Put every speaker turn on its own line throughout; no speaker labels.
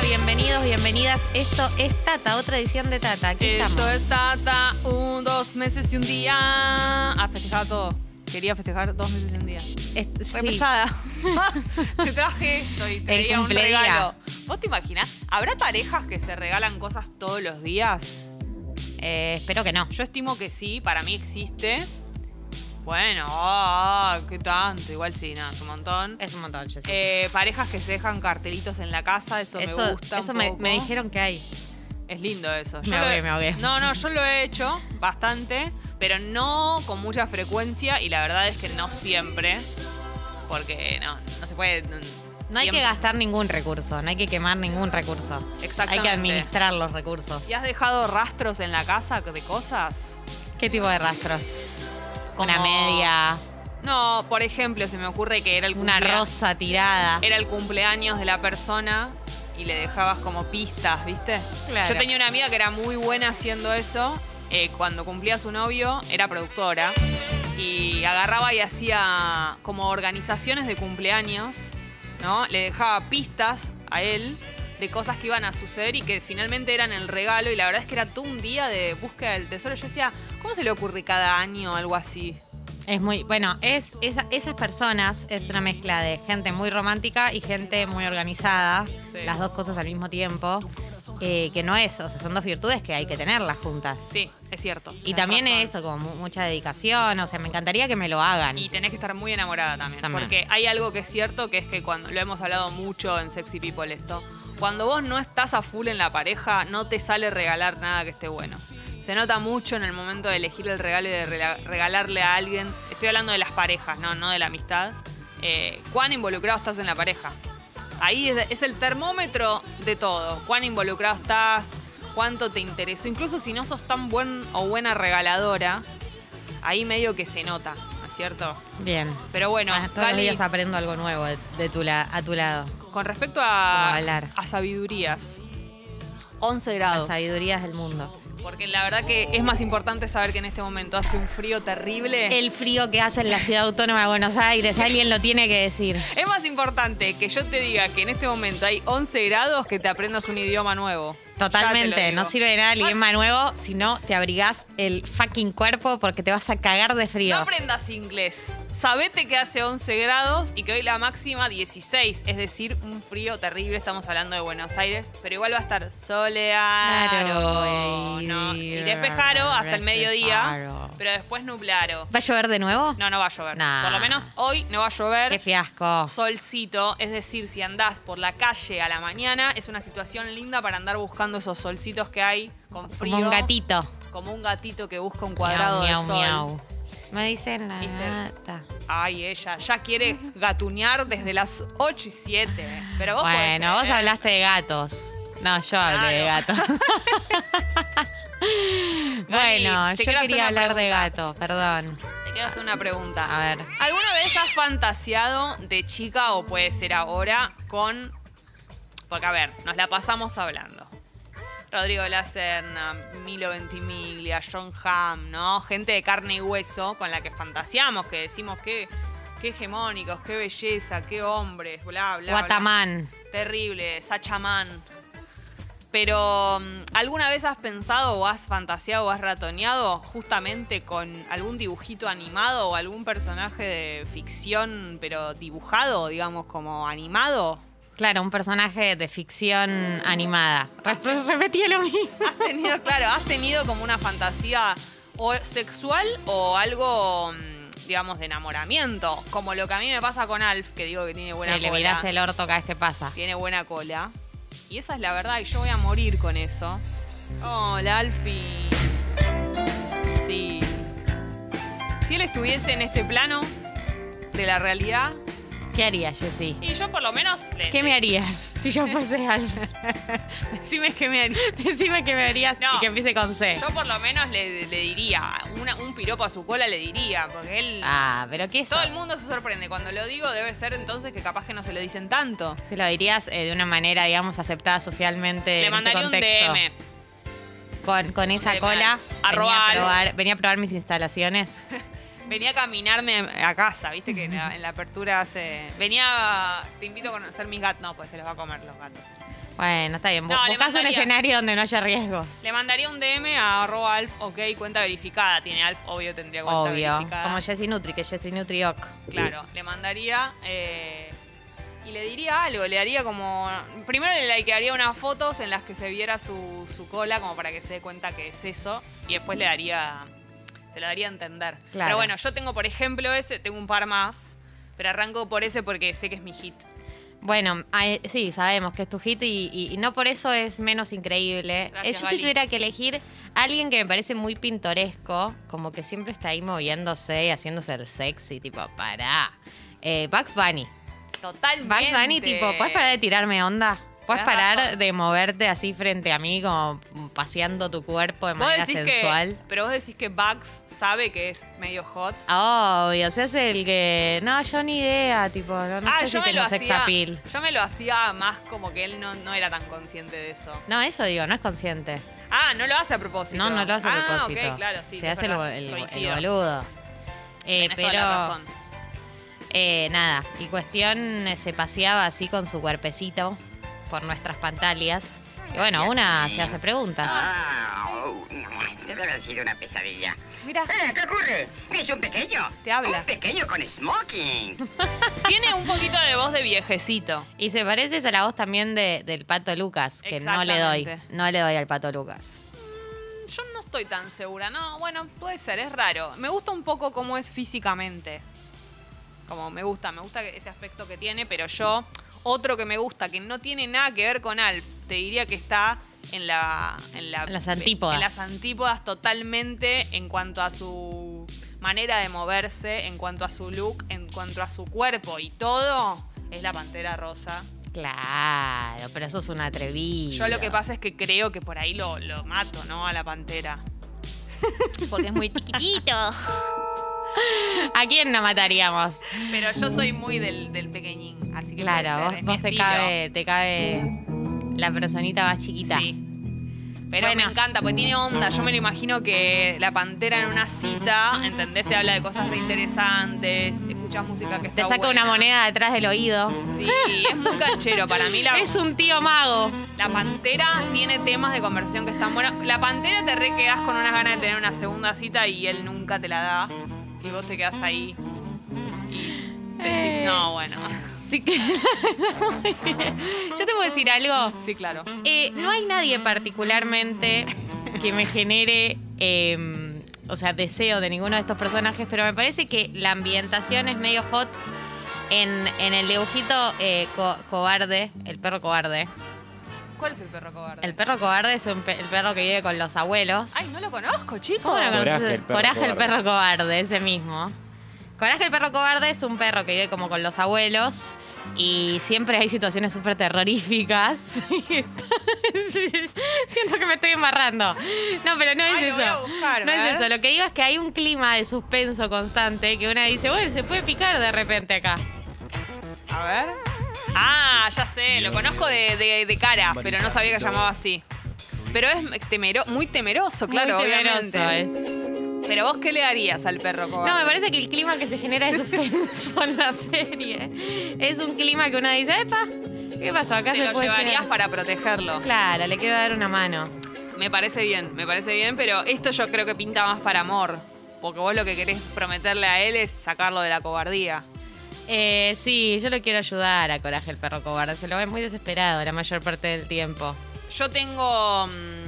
bienvenidos, bienvenidas. Esto es Tata, otra edición de Tata. Aquí
Esto
estamos.
es Tata, un, dos meses y un día. A festejar todo. Quería festejar dos meses y un día.
Est-
Re
sí.
pesada. te traje esto y te
El
traía un
cumpleaños.
regalo. ¿Vos te imaginas? ¿Habrá parejas que se regalan cosas todos los días?
Eh, espero que no.
Yo estimo que sí, para mí existe. Bueno, ah, qué tanto, igual sí, nada, es un montón.
Es un montón, Jessy.
Eh, parejas que se dejan cartelitos en la casa, eso, me gusta. un
eso me,
poco.
me dijeron que hay.
Es lindo eso.
Me
lo
ahogué,
he-
me ahogué.
No, no, yo lo he hecho bastante, pero no con mucha frecuencia y la verdad es que no siempre. Porque no, no se puede. No
No hay que gastar ningún recurso, no hay que quemar ningún recurso. Hay
Exactamente.
que administrar los recursos.
¿Y has dejado rastros en la casa de cosas?
¿Qué tipo de rastros?
Como-
Una media,
No, por ejemplo, se me ocurre que era el
una
cumplea-
rosa tirada.
Era el cumpleaños de la persona y le dejabas como pistas, ¿viste?
Claro.
Yo tenía una amiga que era muy buena haciendo eso. eh, cuando cumplía su novio, era productora. Y agarraba y hacía como organizaciones de cumpleaños, ¿no? Le dejaba pistas a él de cosas que iban a suceder y que finalmente eran el regalo. Y la verdad es que era todo un día de búsqueda del tesoro. Yo decía, ¿cómo se le ocurre cada año algo así?
Es muy, bueno, es, esa- esas personas es una mezcla de gente muy romántica y gente muy organizada,
Sí.
las dos cosas al mismo tiempo, eh, que no es, o sea, son dos virtudes que hay que tenerlas juntas.
Sí, es cierto.
y
tenés
también
razón.
es eso, como mu- mucha dedicación, o sea, me encantaría que me lo hagan.
Y tenés que estar muy enamorada también,
También.
Porque hay algo que es cierto, que es que cuando lo hemos hablado mucho en Sexy People esto, cuando vos no estás a full en la pareja, no te sale regalar nada que esté bueno. Se nota mucho en el momento de elegir el regalo y de rela- regalarle a alguien. Estoy hablando de las parejas, no, no de la amistad. Eh, ¿Cuán involucrado estás en la pareja? Ahí es, es el termómetro de todo. Cuán involucrado estás, cuánto te interesó. Incluso si no sos tan buen o buena regaladora, ahí medio que se nota, ¿no es cierto?
Bien.
Pero bueno,
Ah, Todos los
Gali,
días aprendo algo nuevo de, de tu la- a tu lado.
con respecto
Como
a,
hablar.
a sabidurías, 11 grados.
Las sabidurías del mundo.
Porque la verdad que es más importante saber que en este momento hace un frío terrible.
El frío que hace en la ciudad autónoma de Buenos Aires, alguien lo tiene que decir.
Es más importante que yo te diga que en este momento hay 11 grados que te aprendas un idioma nuevo. Ya te lo
Totalmente,
digo.
no sirve de nada el
Vas-
idioma nuevo si no te abrigás el fucking cuerpo porque te vas a cagar de
No
frío.
aprendas inglés. Sabete que hace 11 grados y que hoy la máxima 16, es decir, un frío terrible. Estamos hablando de Buenos Aires, pero igual va a estar soleado.
Claro,
¿no?
y-
Y despejaro hasta el mediodía,
despejaro.
pero después nublaro.
¿Va a llover de nuevo?
No, no va a llover.
Nah.
Por lo menos hoy no va a llover.
Qué fiasco.
Solcito, es decir, si andás por la calle a la mañana, es una situación linda para andar buscando esos solcitos que hay con frío.
Como un gatito.
Como un gatito que busca un cuadrado
miau,
de sol.
miau, miau. Me dicen la
Dice-
nata.
Ay, ella ya quiere gatunear desde las 8 y 7. Pero vos podés
Bueno, vos
creer.
hablaste de gatos. No, yo hablé de
Claro.
gatos. bueno,
Dani, te
yo
quiero hacer
quería
una
hablar de
pregunta. Ah,
gato, perdón.
Te quiero hacer una pregunta.
A ver.
¿Alguna vez has fantaseado de chica o puede ser ahora con. Porque, a ver, nos la pasamos hablando. Rodrigo Lacerna, Milo Ventimiglia, John Hamm, ¿no? Gente de carne y hueso con la que fantaseamos, que decimos que. Qué hegemónicos, qué belleza, qué hombres, bla, bla. bla.
Guatamán.
Terrible, Sachamán. Pero, mm, ¿alguna vez has pensado o has fantaseado o has ratoneado justamente con algún dibujito animado o algún personaje de ficción, pero dibujado, digamos, como animado?
Claro, un personaje de ficción
Mm.
animada. Repetí lo mismo.
¿Has tenido, claro, has tenido como una fantasía o sexual o algo, mm, digamos, de enamoramiento? Como lo que a mí me pasa con Alf, que digo que tiene buena
Le, le
cola.
mirás el orto cada vez que pasa.
Tiene buena cola. Y esa es la verdad, y yo voy a morir con eso. Hola, Alfie. Sí. Si él estuviese en este plano de la realidad,
¿Qué harías, Jessy?
y yo por lo menos. le-
¿Qué me harías si yo fuese algo?
Decime qué me haría.
Decime qué me harías
No.
y que empiece con C.
Yo por lo menos le, le diría, una- un piropo a su cola le diría, porque él.
Ah, pero ¿qué es?
todo el mundo se sorprende. Cuando lo digo, debe ser entonces que capaz que no se lo dicen tanto.
Se lo dirías eh, de una manera, digamos, aceptada socialmente.
le
en este
mandaría un
contexto.
DM.
Con, con esa
DM.
cola.
Arroba
venía, a
Alf.
probar, venía a probar mis instalaciones.
Venía a caminarme a casa, viste que en la, en la apertura hace. Venía. Te invito a conocer mis gatos. No, pues se los va a comer los gatos.
Bueno, está bien.
No,
Bu-
le
Buscás un
mandaría-
escenario donde no haya riesgos.
Le mandaría un DM a arroba alf, ok, cuenta verificada. Tiene alf, obvio tendría cuenta
Obvio.
verificada.
Como Jessy Nutri, que Jessy Nutri ok.
Claro, le mandaría eh, y le diría algo, le daría como... Primero le likearía unas fotos en las que se viera su, su cola como para que se dé cuenta que es eso y después le daría... Se lo daría a entender.
Claro.
Pero bueno, yo tengo por ejemplo ese, tengo un par más, pero arranco por ese porque sé que es mi hit.
Bueno, ay, sí, sabemos que es tu hit y, y- y no por eso es menos increíble.
Gracias,
Eh, Yo si
Gali.
tuviera que elegir a alguien que me parece muy pintoresco, como que siempre está ahí moviéndose y haciéndose el sexy, tipo, pará. Eh, Bugs Bunny.
Totalmente.
Bugs Bunny, tipo, ¿puedes parar de tirarme onda? ¿Puedes
Tenés
parar
razón.
de moverte así frente a mí, como paseando tu cuerpo de
Vos
manera
decís
sensual?
Que, pero vos decís que Bugs sabe que es medio hot.
Obvio, se hace el que. No, yo ni idea, tipo, no, no
ah,
sé
yo
si
me
tengo
lo
sex
hacía.
appeal.
Yo me lo hacía más como que él no, no era tan consciente de eso.
No, eso digo, no es consciente.
Ah, no lo hace a propósito.
No, no lo hace
ah,
a propósito.
ok, claro, sí.
Se
es
hace el,
verdad,
el- el
coincido.
boludo. Eh,
Tenés toda
pero,
la razón.
eh, nada, y cuestión eh, se paseaba así con su cuerpecito por nuestras pantallas. Y bueno, una se hace preguntas.
Ah, oh, debe haber sido una pesadilla.
Mira,
Eh, ¿Qué ocurre? Es un pequeño.
Te habla.
Un pequeño con smoking.
tiene un poquito de voz de viejecito.
Y se parece a la voz también de- del Pato Lucas, que no le doy.
Exactamente.
No le doy al Pato Lucas.
Yo no estoy tan segura. No, bueno, puede ser, es raro. Me gusta un poco cómo es físicamente. Como me gusta, me gusta ese aspecto que tiene, pero yo, otro que me gusta, que no tiene nada que ver con Alf, te diría que está en la. En la-
Las antípodas.
En las antípodas totalmente en cuanto a su manera de moverse, en cuanto a su look, en cuanto a su cuerpo y todo, es la pantera rosa.
Claro, pero eso es un atrevido.
Yo lo que pasa es que creo que por ahí lo, lo mato, ¿no? A la pantera. Porque es muy chiquitito.
¿A quién no mataríamos?
Pero yo soy muy del, del pequeñín, así que
Claro,
puede
vos,
ser, es
vos
mi
te,
estilo.
cabe, te cabe la personita más chiquita.
Sí. Pero
Bueno.
me encanta, porque tiene onda. Yo me lo imagino que la pantera en una cita, ¿entendés? Te habla de cosas reinteresantes, escuchas música que
Te
está
saca una
buena.
moneda detrás del oído.
Sí, es muy canchero. Para mí la,
Es un tío mago.
la pantera tiene temas de conversión que están buenos. La pantera te re quedás con unas ganas de tener una segunda cita y él nunca te la da. Y vos te quedás ahí. Y te decís,
Eh.
no, bueno.
Así que. Muy bien. Yo te puedo decir algo.
Sí, claro.
Eh, no hay nadie particularmente que me genere. eh, o sea, deseo de ninguno de estos personajes, pero me parece que la ambientación es medio hot en, en el dibujito eh, co- cobarde, el perro cobarde.
¿Cuál es el perro cobarde?
El perro cobarde es un pe- el perro que vive con los abuelos.
Ay, no lo conozco, chicos.
¿Cómo lo
Coraje,
conoces?
el perro
Coraje, el
cobarde.
perro cobarde, ese mismo. Coraje, el perro cobarde es un perro que vive como con los abuelos y siempre hay situaciones súper terroríficas. Siento que me estoy embarrando. No, pero no es
Ay, lo
eso.
voy a buscar,
no
a
es
ver.
eso. Lo que digo es que hay un clima de suspenso constante que una dice, bueno, se puede picar de repente acá.
A ver. Ah, ya sé, lo conozco de, de- de cara, pero no sabía que se llamaba así. Pero es temero, muy temeroso, claro,
Muy temeroso
obviamente.
es.
Pero vos, ¿qué le darías al perro
No, me
cobarde?
parece que el clima que se genera de suspenso en la serie es un clima que uno dice, epa, ¿qué pasó? Acá
Te
se
lo
puede
llevarías
llegar".
para protegerlo.
Claro, le quiero dar una mano.
Me parece bien, me parece bien, pero esto yo creo que pinta más para amor. Porque vos lo que querés prometerle a él es sacarlo de la cobardía.
Eh, sí, yo lo quiero ayudar a Coraje el perro cobarde. Se lo ve muy desesperado la mayor parte del tiempo.
Yo tengo. mm,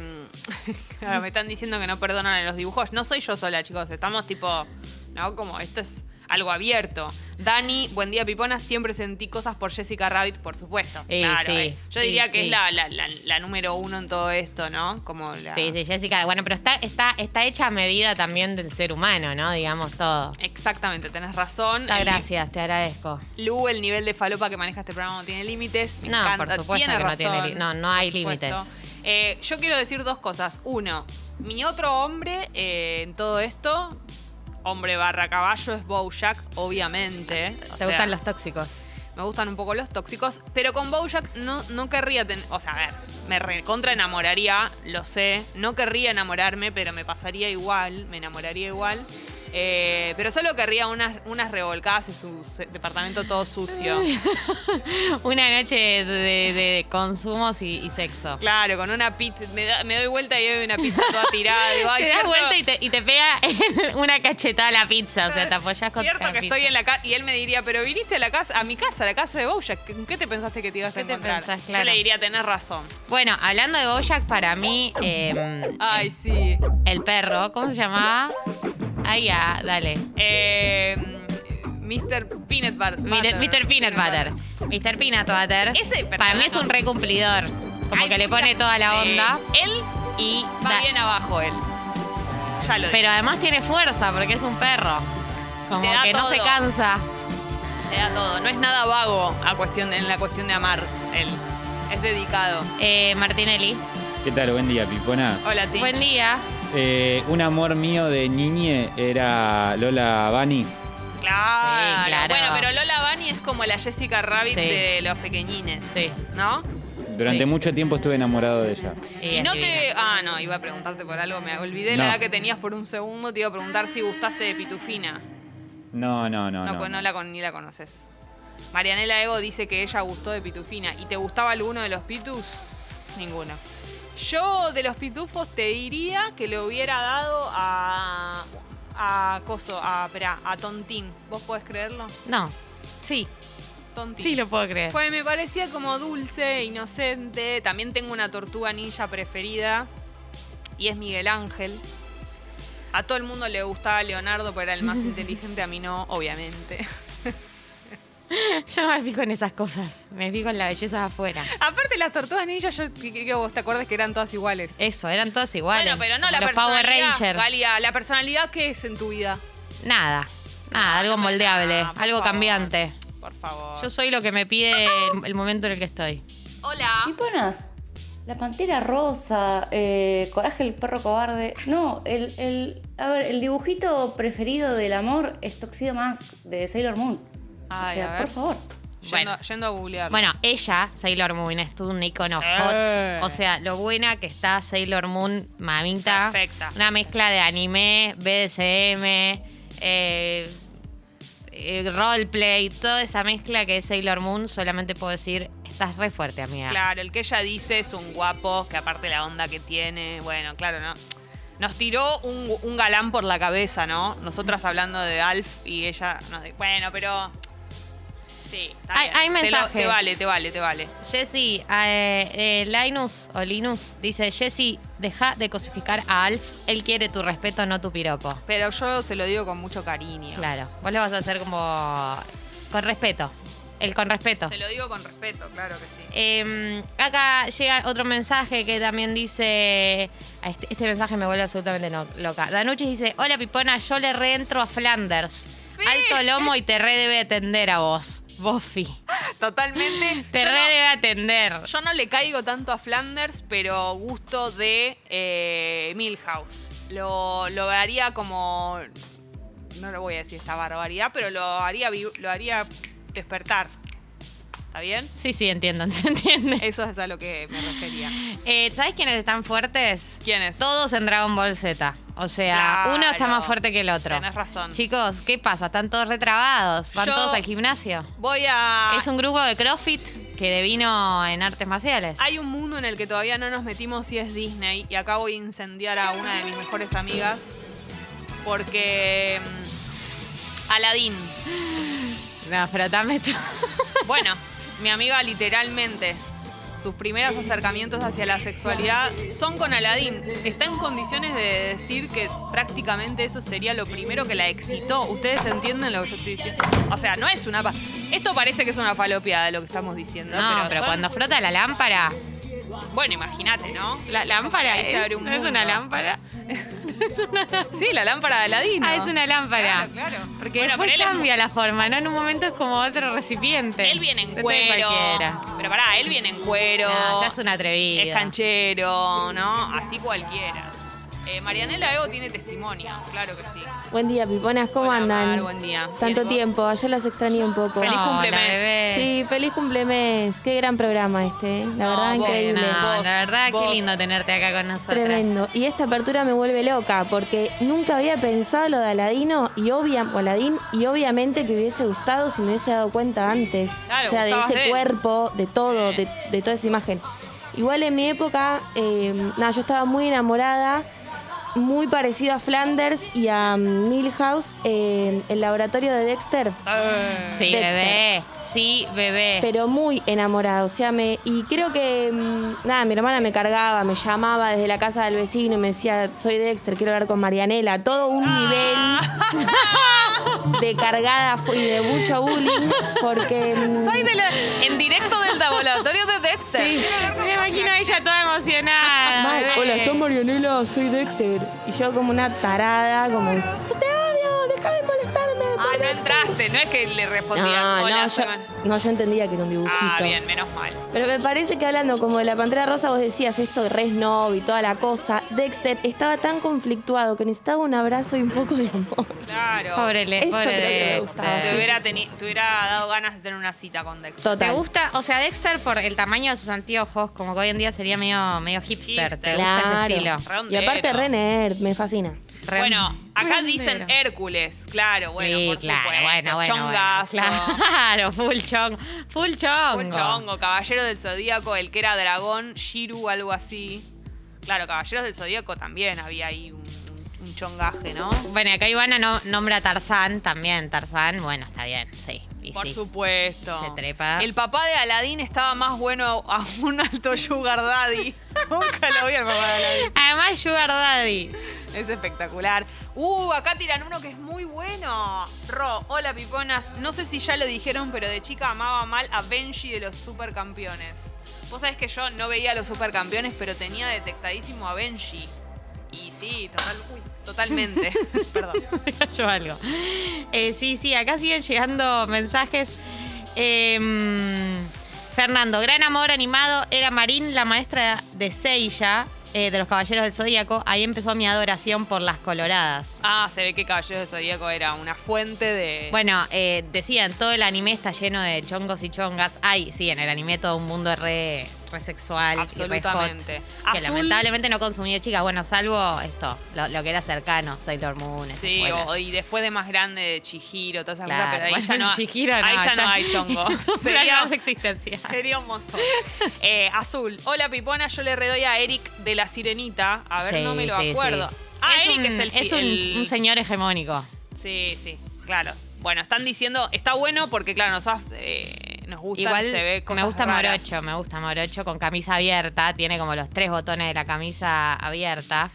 claro, me están diciendo que no perdonan a los dibujos. No soy yo sola, chicos. Estamos tipo. ¿No? Como esto es algo abierto. Dani, buen día, Pipona. Siempre sentí cosas por Jessica Rabbit, por supuesto.
Eh, sí,
claro. eh. Yo
sí,
diría que
sí.
es la, la- la- la número uno en todo esto, ¿no? Como la.
Sí, sí, Jessica. Bueno, pero está, está, está hecha a medida también del ser humano, ¿no? Digamos todo.
Exactamente, tenés razón. Eh,
Muchas
El-
gracias, te agradezco.
Lu, el nivel de falopa que maneja este programa no tiene límites. Me
No,
encanta.
por supuesto
tiene
que no
razón.
tiene li- no, no hay
Por supuesto.
límites.
Eh, yo quiero decir dos cosas. Uno, mi otro hombre eh, en todo esto, hombre barra caballo, es Bojack, obviamente. O
Se
sea,
gustan los tóxicos.
Me gustan un poco los tóxicos, pero con Bojack no, no querría tener... O sea, a ver, me recontra enamoraría, lo sé. No querría enamorarme, pero me pasaría igual, me enamoraría igual. Eh, pero solo querría unas, unas revolcadas y su se- departamento todo sucio.
Una noche de, de- de consumos y, y sexo.
Claro, con una pizza. Me, da- me doy vuelta y veo una pizza toda tirada. Digo, ay,
te das
cierto-
vuelta y te, y te pega una cachetada a la pizza. O sea, te apoyás con
Cierto
la
que
pizza.
estoy en la casa. Y él me diría, pero viniste a la casa, a mi casa, a la casa de Bojack. ¿Con qué te pensaste que te ibas a
¿Qué te
encontrar?
pensás?
Yo
Claro.
le diría, tenés razón.
Bueno, hablando de Bojack, para mí, eh,
Ay, sí.
el perro, ¿cómo se llamaba? Ahí, ya, dale.
Eh, Mr. Peanut Butter.
Mr. Mr. Peanut Butter. Mr. Peanut Butter.
Ese
para mí es
personaje-
un recumplidor. Como
Hay
que le
mucha-
pone toda la
Sí.
onda.
Él
Y
va
da-
bien abajo, él. Ya lo
pero además tiene fuerza porque es un perro. Como
Te da
que no se
todo.
cansa.
dije. Te da todo. No es nada vago a cuestión de- en la cuestión de amar, él. Es dedicado.
Eh, Martinelli,
¿Qué tal? Buen día, Piponas.
Hola, Tim.
buen día.
Eh, un amor mío de niñe era Lola Bani.
Claro.
Sí, claro.
Bueno, pero Lola Bunny es como la Jessica Rabbit
Sí.
de los pequeñines.
Sí.
¿No?
Durante
Sí.
mucho tiempo estuve enamorado de ella.
Y
Y no
es divina.
te. Ah, no, iba a preguntarte por algo. Me olvidé
No.
la edad que tenías por un segundo. Te iba a preguntar si gustaste de Pitufina.
No, no, no.
No,
No,
con- no la con- ni la conoces. Marianela Ego dice que ella gustó de Pitufina. ¿Y te gustaba alguno de los Pitus? Ninguno. Yo de los Pitufos te diría que le hubiera dado a. a Coso, a, esperá, a Tontín. ¿Vos podés creerlo?
No. Sí,
Tontín.
sí lo puedo creer.
Pues me parecía como dulce, inocente. También tengo una tortuga ninja preferida. Y es Miguel Ángel. A todo el mundo le gustaba Leonardo, pero era el más inteligente. A mí no, obviamente.
Yo no me fijo en esas cosas. Me fijo en la belleza de afuera.
Aparte, las tortugas ninja, yo creo que vos te acuerdas que eran todas iguales.
Eso, eran todas iguales.
bueno, pero no
Eh, como
la
los
personalidad.
Power Rangers.
Galia, la personalidad que es en tu vida.
Nada. Nada, algo
no,
moldeable,
no, por
algo
favor.
cambiante.
Por favor.
Yo soy lo que me pide el, el momento en el que estoy.
Hola.
Piponas, la pantera rosa, eh, coraje el perro cobarde. No, el, el, a ver, el dibujito preferido del amor es Tuxedo Mask de Sailor Moon.
Ay,
o
a
sea,
ver.
por favor.
Yendo,
Bueno.
yendo a googlear.
Bueno, ella, Sailor Moon, es un icono
Eh.
hot. O sea, lo buena que está Sailor Moon, mamita.
Perfecta.
Una mezcla de anime, BDSM, eh, eh, roleplay, toda esa mezcla que es Sailor Moon, solamente puedo decir, estás re fuerte, amiga.
Claro, el que ella dice es un guapo, que aparte la onda que tiene, bueno, claro, ¿no? Nos tiró un, un galán por la cabeza, ¿no? Nosotras hablando de Alf y ella nos dice, bueno, pero... Sí, está
Hay-
bien.
hay
Te lo- Te,
mensajes.
vale, te vale, te vale.
Jessy, eh, eh, Linus o Linus dice, Jessy, deja de cosificar a Alf, él quiere tu respeto, no tu piropo.
Pero yo se lo digo con mucho cariño.
Claro, vos lo vas a hacer como con respeto, el con respeto.
Se lo digo con respeto, claro que sí.
Eh, acá llega otro mensaje que también dice. ah, Este, este mensaje me vuelve absolutamente no- loca. Danucci dice: Hola Pipona, yo le reentro a Flanders. Alto lomo y te re debe atender a vos. Buffy.
Totalmente.
Te
Yo
re
no-
debe atender.
Yo no le caigo tanto a Flanders, pero gusto de eh, Milhouse. Lo, lo haría como. No lo voy a decir esta barbaridad, pero lo haría, vi- lo haría despertar. ¿Está bien?
Sí, sí, entiendo, se entiende.
Eso es a lo que me refería.
Eh, ¿Sabes quiénes están fuertes?
¿Quién es?
Todos en Dragon Ball Z. O sea,
Claro.
uno está más fuerte que el otro.
Tenés razón.
Chicos, ¿qué pasa? ¿Están todos retrabados? ¿Van
Yo- Ah.
todos al gimnasio?
Voy a.
Es un grupo de CrossFit que devino en artes marciales.
Hay un mundo en el que todavía no nos metimos y es Disney. Y acá voy a incendiar a una de mis mejores amigas. Porque. mm, Aladdin.
No, pero dame esto.
Bueno, mi amiga literalmente, sus primeros acercamientos hacia la sexualidad son con Aladdin. Está en condiciones de decir que prácticamente eso sería lo primero que la excitó. ¿Ustedes entienden lo que yo estoy diciendo? O sea, no es una... pa- Esto parece que es una falopeada lo que estamos diciendo.
No, pero,
son-
cuando frota la lámpara.
Bueno, imagínate, ¿no?
La lámpara
Ahí se
es,
abre un
¿no es
mundo.
una lámpara.
Sí, la lámpara de Aladdin.
Ah, es una lámpara.
Claro, claro.
Porque
Bueno,
después
pero él es
cambia la forma, ¿no? En un momento es como otro recipiente.
Él viene en
No te
cuero.
cualquiera.
Pero pará, él viene en cuero.
No, ya es una atrevida.
Es canchero, ¿no? Así cualquiera. Eh, Marianela Ego tiene testimonio, claro que sí.
Buen día, piponas, ¿cómo
Hola,
andan?
Mar, buen día. Bien,
Tanto
¿vos?
tiempo, ayer las extrañé un poco.
Feliz
Hola,
cumplemes.
bebé.
Sí, feliz cumplemes. Qué gran programa este, ¿eh? la
No,
verdad,
vos,
increíble.
No,
Vos,
Ah, la verdad,
vos.
qué lindo tenerte acá con nosotros.
Tremendo. Y esta apertura me vuelve loca porque nunca había pensado lo de Aladino y obvia, o Aladín y obviamente que hubiese gustado si me hubiese dado cuenta antes.
Claro,
o sea, de
gustabas
ese
de él.
cuerpo, de todo, de, de toda esa imagen. Igual en mi época, eh, nada, yo estaba muy enamorada, muy parecido a Flanders y a mm, Milhouse eh, en el laboratorio de Dexter.
Eh,
Sí,
Dexter.
bebé. Sí, bebé.
pero muy enamorada. O sea, me, y creo que, mm, nada, mi hermana me cargaba, me llamaba desde la casa del vecino y me decía, soy Dexter, quiero hablar con Marianela. Todo un
Ah.
nivel de cargada fu- y de mucho bullying, porque... mm,
Soy de la- en directo del laboratorio de Dexter.
Sí.
Me imagino a ella toda emocionada.
Mal.
bebé.
Hola, ¿está Marianela? Soy Dexter. Y yo como una tarada, como... ¡Yo te odio! ¡Deja de molestarme!
Ah, no entraste, no es que le respondías.
No,
Hola,
no, yo,
soy Mar-".
no, yo entendía que era un dibujito.
Ah, bien, menos mal.
Pero me parece que hablando como de la Pantera Rosa, vos decías esto de re snob y toda la cosa. Dexter estaba tan conflictuado que necesitaba un abrazo y un poco de amor.
Claro.
Pobre, le-
Eso
pobre
creo que me
Dexter.
gustaba.
Te hubiera, teni- te hubiera dado ganas de tener una cita con Dexter.
Total.
¿Te gusta? O sea, Dexter por el tamaño de sus anteojos, como que hoy en día sería medio, medio hipster. ¿Te
Hipster.
gusta
Claro.
ese estilo?
Y
Redondero.
aparte re nerd, me fascina.
Re-
Bueno, acá
Re
dicen
negro.
Hércules, claro, bueno,
sí,
por
claro,
supuesto.
bueno, bueno.
Chongazo.
bueno. Claro, full chong. Full chongo.
Un chongo, Caballero del Zodíaco, el que era dragón, Shiru, algo así. Claro, Caballeros del Zodíaco también había ahí un, un chongaje, ¿no?
Bueno, acá Ivana no, nombra a Tarzán también. Tarzán, bueno, está bien, sí. y
Por
sí.
supuesto.
Se trepa.
El papá de Aladín estaba más bueno a un alto Sugar Daddy. Nunca lo vi al papá de Aladín.
Además, Sugar Daddy.
Es espectacular. Uh, acá tiran uno que es muy bueno. Ro, hola piponas. No sé si ya lo dijeron, pero de chica amaba mal a Benji de los supercampeones. Vos sabés que yo no veía a los supercampeones, pero tenía detectadísimo a Benji. Y sí, total, uy, totalmente. Perdón.
yo algo. Eh, sí, sí, acá siguen llegando mensajes. Eh, Fernando, gran amor animado, era Marín, la maestra de Seiya, eh, de los Caballeros del Zodíaco. Ahí empezó mi adoración por las coloradas.
Ah, se ve que Caballero de Zodíaco era una fuente de.
Bueno, eh, decían, todo el anime está lleno de chongos y chongas. Ay, sí, en el anime todo un mundo re, re sexual y re
Absolutamente.
hot. Que
Azul.
lamentablemente no consumí de chicas. Bueno, salvo esto, lo, lo que era cercano, Sailor Moon. esas
Sí,
buenas.
o- y después de más grande de Chihiro, todas esas
Claro,
cosas, pero ahí
bueno,
ya no,
Shakira
ahí ya no hay
Es
chongo.
un
Sería-
plan más existencial.
Sería un montón. Eh, azul. Hola, Pipona. Yo le redoy a Eric de la Sirenita. A ver,
Sí,
no me lo
sí,
acuerdo.
sí.
Ah, Eric es el...
un,
el-
un señor hegemónico.
Sí, sí, claro. Bueno, están diciendo... Está bueno porque, claro, nos, eh, nos gusta...
Igual
se ve
me
cosas
gusta
raras.
Morocho, me gusta Morocho con camisa abierta. Tiene como los tres botones de la camisa abierta.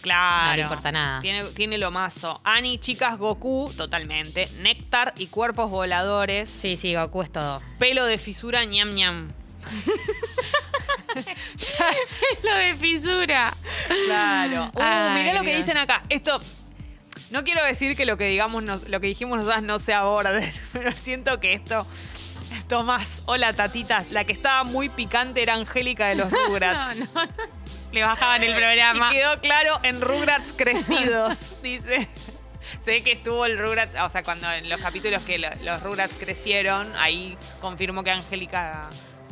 Claro.
No le importa nada.
Tiene, tiene lo mazo. Ani, chicas, Goku, totalmente. Néctar y cuerpos voladores.
Sí, sí, Goku es todo.
Pelo de fisura, ñam, ñam.
Lo de fisura.
Claro. Uh,
Ay,
mirá lo que
Dios.
dicen acá. Esto. No quiero decir que lo que digamos nos- lo que dijimos nosotras no sea border, pero siento que esto. Tomás, hola tatitas. La que estaba muy picante era Angélica de los Rugrats.
Le bajaban el programa.
Y quedó claro en Rugrats crecidos, dice. Sé que estuvo el Rugrats, o sea, cuando en los capítulos que lo- los Rugrats crecieron, ahí confirmó que Angélica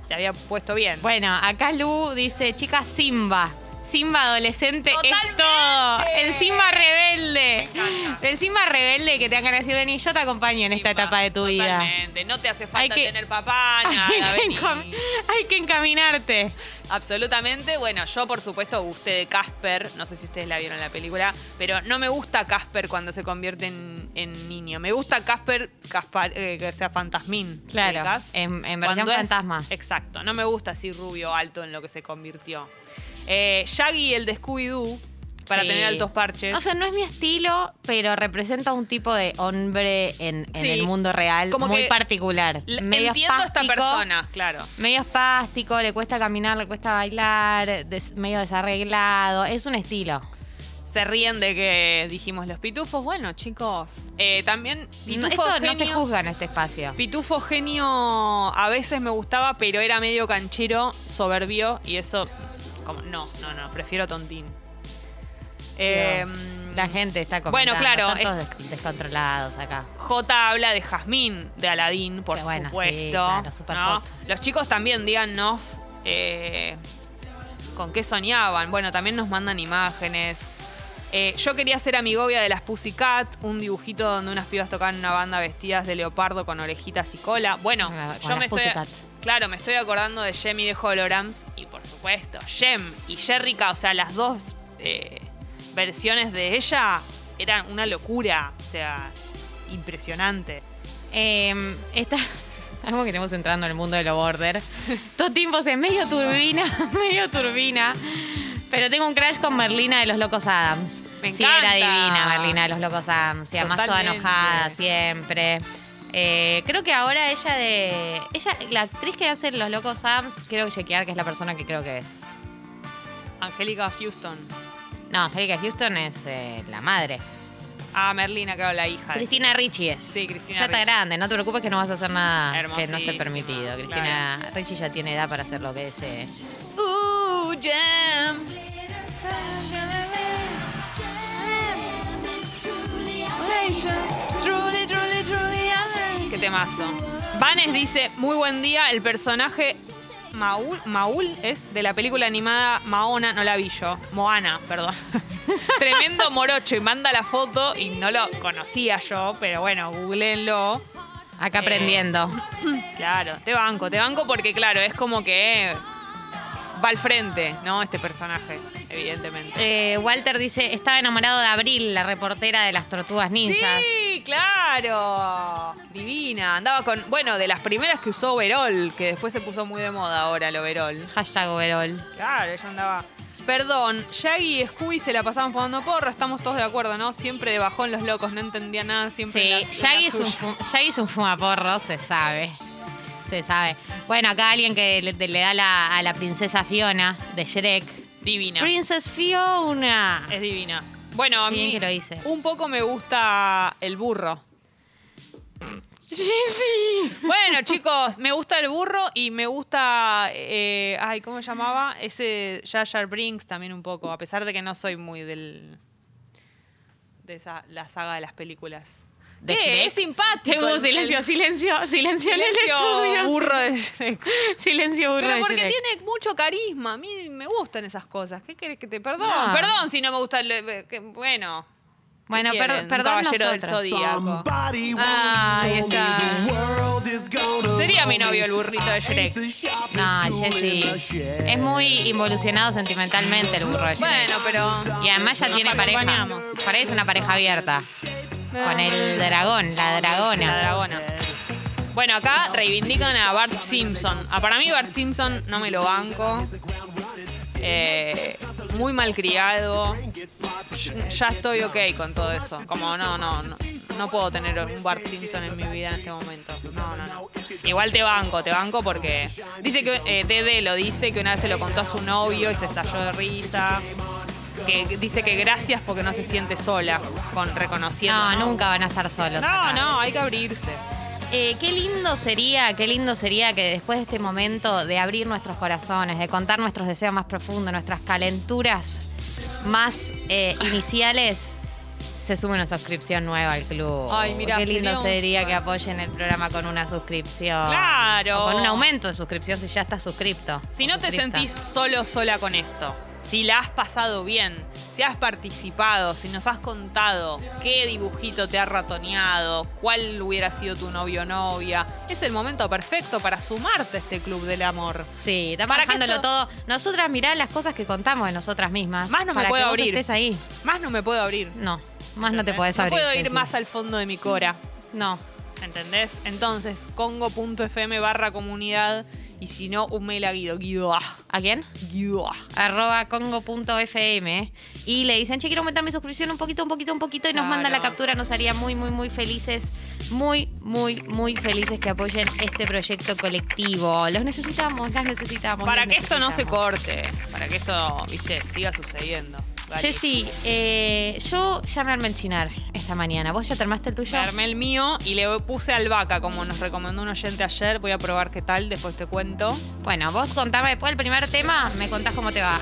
se había puesto bien.
Bueno, acá Lu dice, chica Simba. Simba adolescente es todo. El Simba rebelde.
encanta.
El Simba rebelde que te hagan decir, vení, yo te acompaño en esta
Simba,
etapa de tu vida.
Totalmente. No te hace falta
que-
tener papá, nada.
Hay que,
vení.
encam- hay que encaminarte.
Absolutamente. Bueno, yo por supuesto gusté de Casper. No sé si ustedes la vieron en la película, pero no me gusta Casper cuando se convierte en, en niño. Me gusta Casper, Caspar, eh, que sea fantasmín.
Claro,
¿ubicás?
en- en versión
Cuando es-
fantasma.
exacto. No me gusta así rubio alto en lo que se convirtió. Eh, Shaggy, el de Scooby-Doo, para
Sí.
tener altos parches.
O sea, no es mi estilo, pero representa un tipo de hombre en, en
Sí.
el mundo real
Como
muy
que
particular.
L-
Medio
Entiendo a esta
espástico,
persona, claro.
Medio espástico, le cuesta caminar, le cuesta bailar, des- medio desarreglado. Es un estilo.
Se ríen de que dijimos los pitufos. Bueno, chicos. eh, también
No,
pitufo
esto no se
genio.
juzga en este espacio.
Pitufo genio a veces me gustaba, pero era medio canchero, soberbio y eso como no, no, no, prefiero Tontín. Eh,
La gente está como.
Bueno, claro,
Están todos des- descontrolados acá.
J habla de Jazmín, de Aladín, por
Qué bueno,
supuesto.
sí, claro, super
¿no?
hot.
Los chicos también díganos eh, con qué soñaban. Bueno, también nos mandan imágenes. Eh, yo quería ser amigobia de las Pussycat, un dibujito donde unas pibas tocaban una banda vestidas de leopardo con orejitas y cola. Bueno,
Ah, con
yo
las
me estoy.
Pussycat.
Claro, me estoy acordando de Jem y de Holograms. Y por supuesto, Jem y Jerrica, o sea, las dos eh, versiones de ella eran una locura. O sea, impresionante.
Eh, está. Algo que estamos entrando en el mundo de lo border. Todo tiempo se medio turbina, medio turbina. Pero tengo un crash con Merlina de los Locos Adams.
Me
sí,
encanta.
era divina Merlina de los Locos Adams. Y además toda
Totalmente.
enojada siempre. Eh, creo que ahora ella de. Ella, la actriz que hace Los Locos Adams, quiero chequear que es la persona que creo que es.
Angélica Houston.
No, Angélica Houston es eh, la madre.
Ah, Merlina, claro, la hija.
Cristina Ricci es.
Sí, Cristina
Ya está
Ricci.
grande, no te preocupes que no vas a hacer nada que no esté
Hermosísima,
permitido.
claro.
Cristina Ricci ya tiene edad para hacer lo que es. eh. Uh, jam.
Qué temazo. Vanes dice, muy buen día, el personaje Maul, Maul es de la película animada Maona, no la vi yo, Moana, perdón. Tremendo morocho y manda la foto y no lo conocía yo, pero bueno, googleenlo.
Acá
Eh.
aprendiendo.
Claro, te banco, te banco porque claro, es como que va al frente, ¿no? Este personaje, evidentemente.
Eh, Walter dice, estaba enamorado de Abril, la reportera de las tortugas ninjas.
Sí, claro. Divina. Andaba con, bueno, de las primeras que usó overol, que después se puso muy de moda ahora el overol.
Hashtag overall.
Claro, ella andaba. Perdón, Shaggy y Scooby se la pasaban fumando porro, estamos todos de acuerdo, ¿no? Siempre de bajón los locos, no entendía nada, siempre.
Sí,
en la- en
Shaggy
la
es, un
suya.
fu- Shaggy es un fumaporro, se sabe. Se sabe. Bueno, acá alguien que le, le da la- a la princesa Fiona de Shrek.
Divina.
Princess Fiona.
Es divina. Bueno, a
Bien
mí
que lo hice.
un poco me gusta el burro. Bueno, chicos, me gusta el burro y me gusta. eh, ay, ¿cómo se llamaba? Ese Jar Jar Brinks también un poco, a pesar de que no soy muy del. de esa, la saga de las películas.
¿De
Eh,
Shrek?
es simpático.
Tengo
el-
silencio,
el
silencio, silencio en el
silencio
estudio.
burro de Shrek.
Silencio burro.
Pero
de
porque
Shrek.
tiene mucho carisma. A mí me gustan esas cosas. ¿Qué querés que te perdón?
No.
Perdón si no me gusta el. eh, que- bueno. ¿qué
Bueno, per-
quieren? Un
perdón
Caballero
nosotros.
del Zodíaco.
Somebody
Ah, ahí
once told me
está.
the world is gonna
Sería
roll
mi novio
me.
el burrito de
I
Shrek.
hate the shoppers
No,
doing the
Jessy.
shit.
Es muy involucionado sentimentalmente el burro de Shrek.
Bueno, pero.
y además ya
nos
tiene pareja.
acompañamos.
Por ahí es una pareja abierta. Con el dragón, la
La
dragona.
dragona. Bueno, acá reivindican a Bart Simpson. Ah, para mí Bart Simpson no me lo banco. Eh, muy malcriado. Yo- Ya estoy ok con todo eso. Como no, no, no. No puedo tener un Bart Simpson en mi vida en este momento. No, no, no. Igual te banco, te banco porque. Dice que. eh, Dede lo dice que una vez se lo contó a su novio y se estalló de risa. Que dice que gracias porque no se siente sola con reconociendo.
No, nunca van a estar solos.
No,
acá.
no, hay que abrirse.
Eh, qué lindo sería, qué lindo sería que después de este momento de abrir nuestros corazones, de contar nuestros deseos más profundos, nuestras calenturas más eh, iniciales, se sume una suscripción nueva al club.
Ay, mirá,
qué lindo
sería un-
sería, que apoyen el programa con una suscripción.
Claro.
O con un aumento de suscripción si ya estás suscripto.
Si
o
no te
suscripta.
sentís solo, sola con esto, si la has pasado bien, si has participado, si nos has contado qué dibujito te ha ratoneado, cuál hubiera sido tu novio o novia, es el momento perfecto para sumarte a este club del amor.
Sí, está
Para que
bajándolo
esto-
todo. Nosotras mirá las cosas que contamos de nosotras mismas.
Más no me
para que
puedo
vos
abrir.
estés ahí.
Más no me puedo abrir.
No, más no te
¿entendés?
podés abrir.
No puedo ir
Ceci.
más al fondo de mi cora.
No.
¿Entendés? Entonces, congo.fm barra comunidad y si no, un mail a Guido. Guido. ah,
¿A quién?
Guido. ah.
arroba congo.fm y le dicen, che, quiero aumentar mi suscripción un poquito, un poquito, un poquito y nos
Claro.
mandan la captura, nos haría muy, muy, muy felices, muy, muy, muy felices que apoyen este proyecto colectivo. Los necesitamos, las necesitamos.
Para
las
que esto no se
necesitamos.
corte, para que esto, viste, siga sucediendo. Dale.
Jessy, eh, yo ya me armé el chinar esta mañana. ¿Vos ya te armaste el tuyo?
Me armé el mío y le puse albahaca, como nos recomendó un oyente ayer. Voy a probar qué tal, después te cuento.
Bueno, vos contame después del primer tema, me contás cómo te va.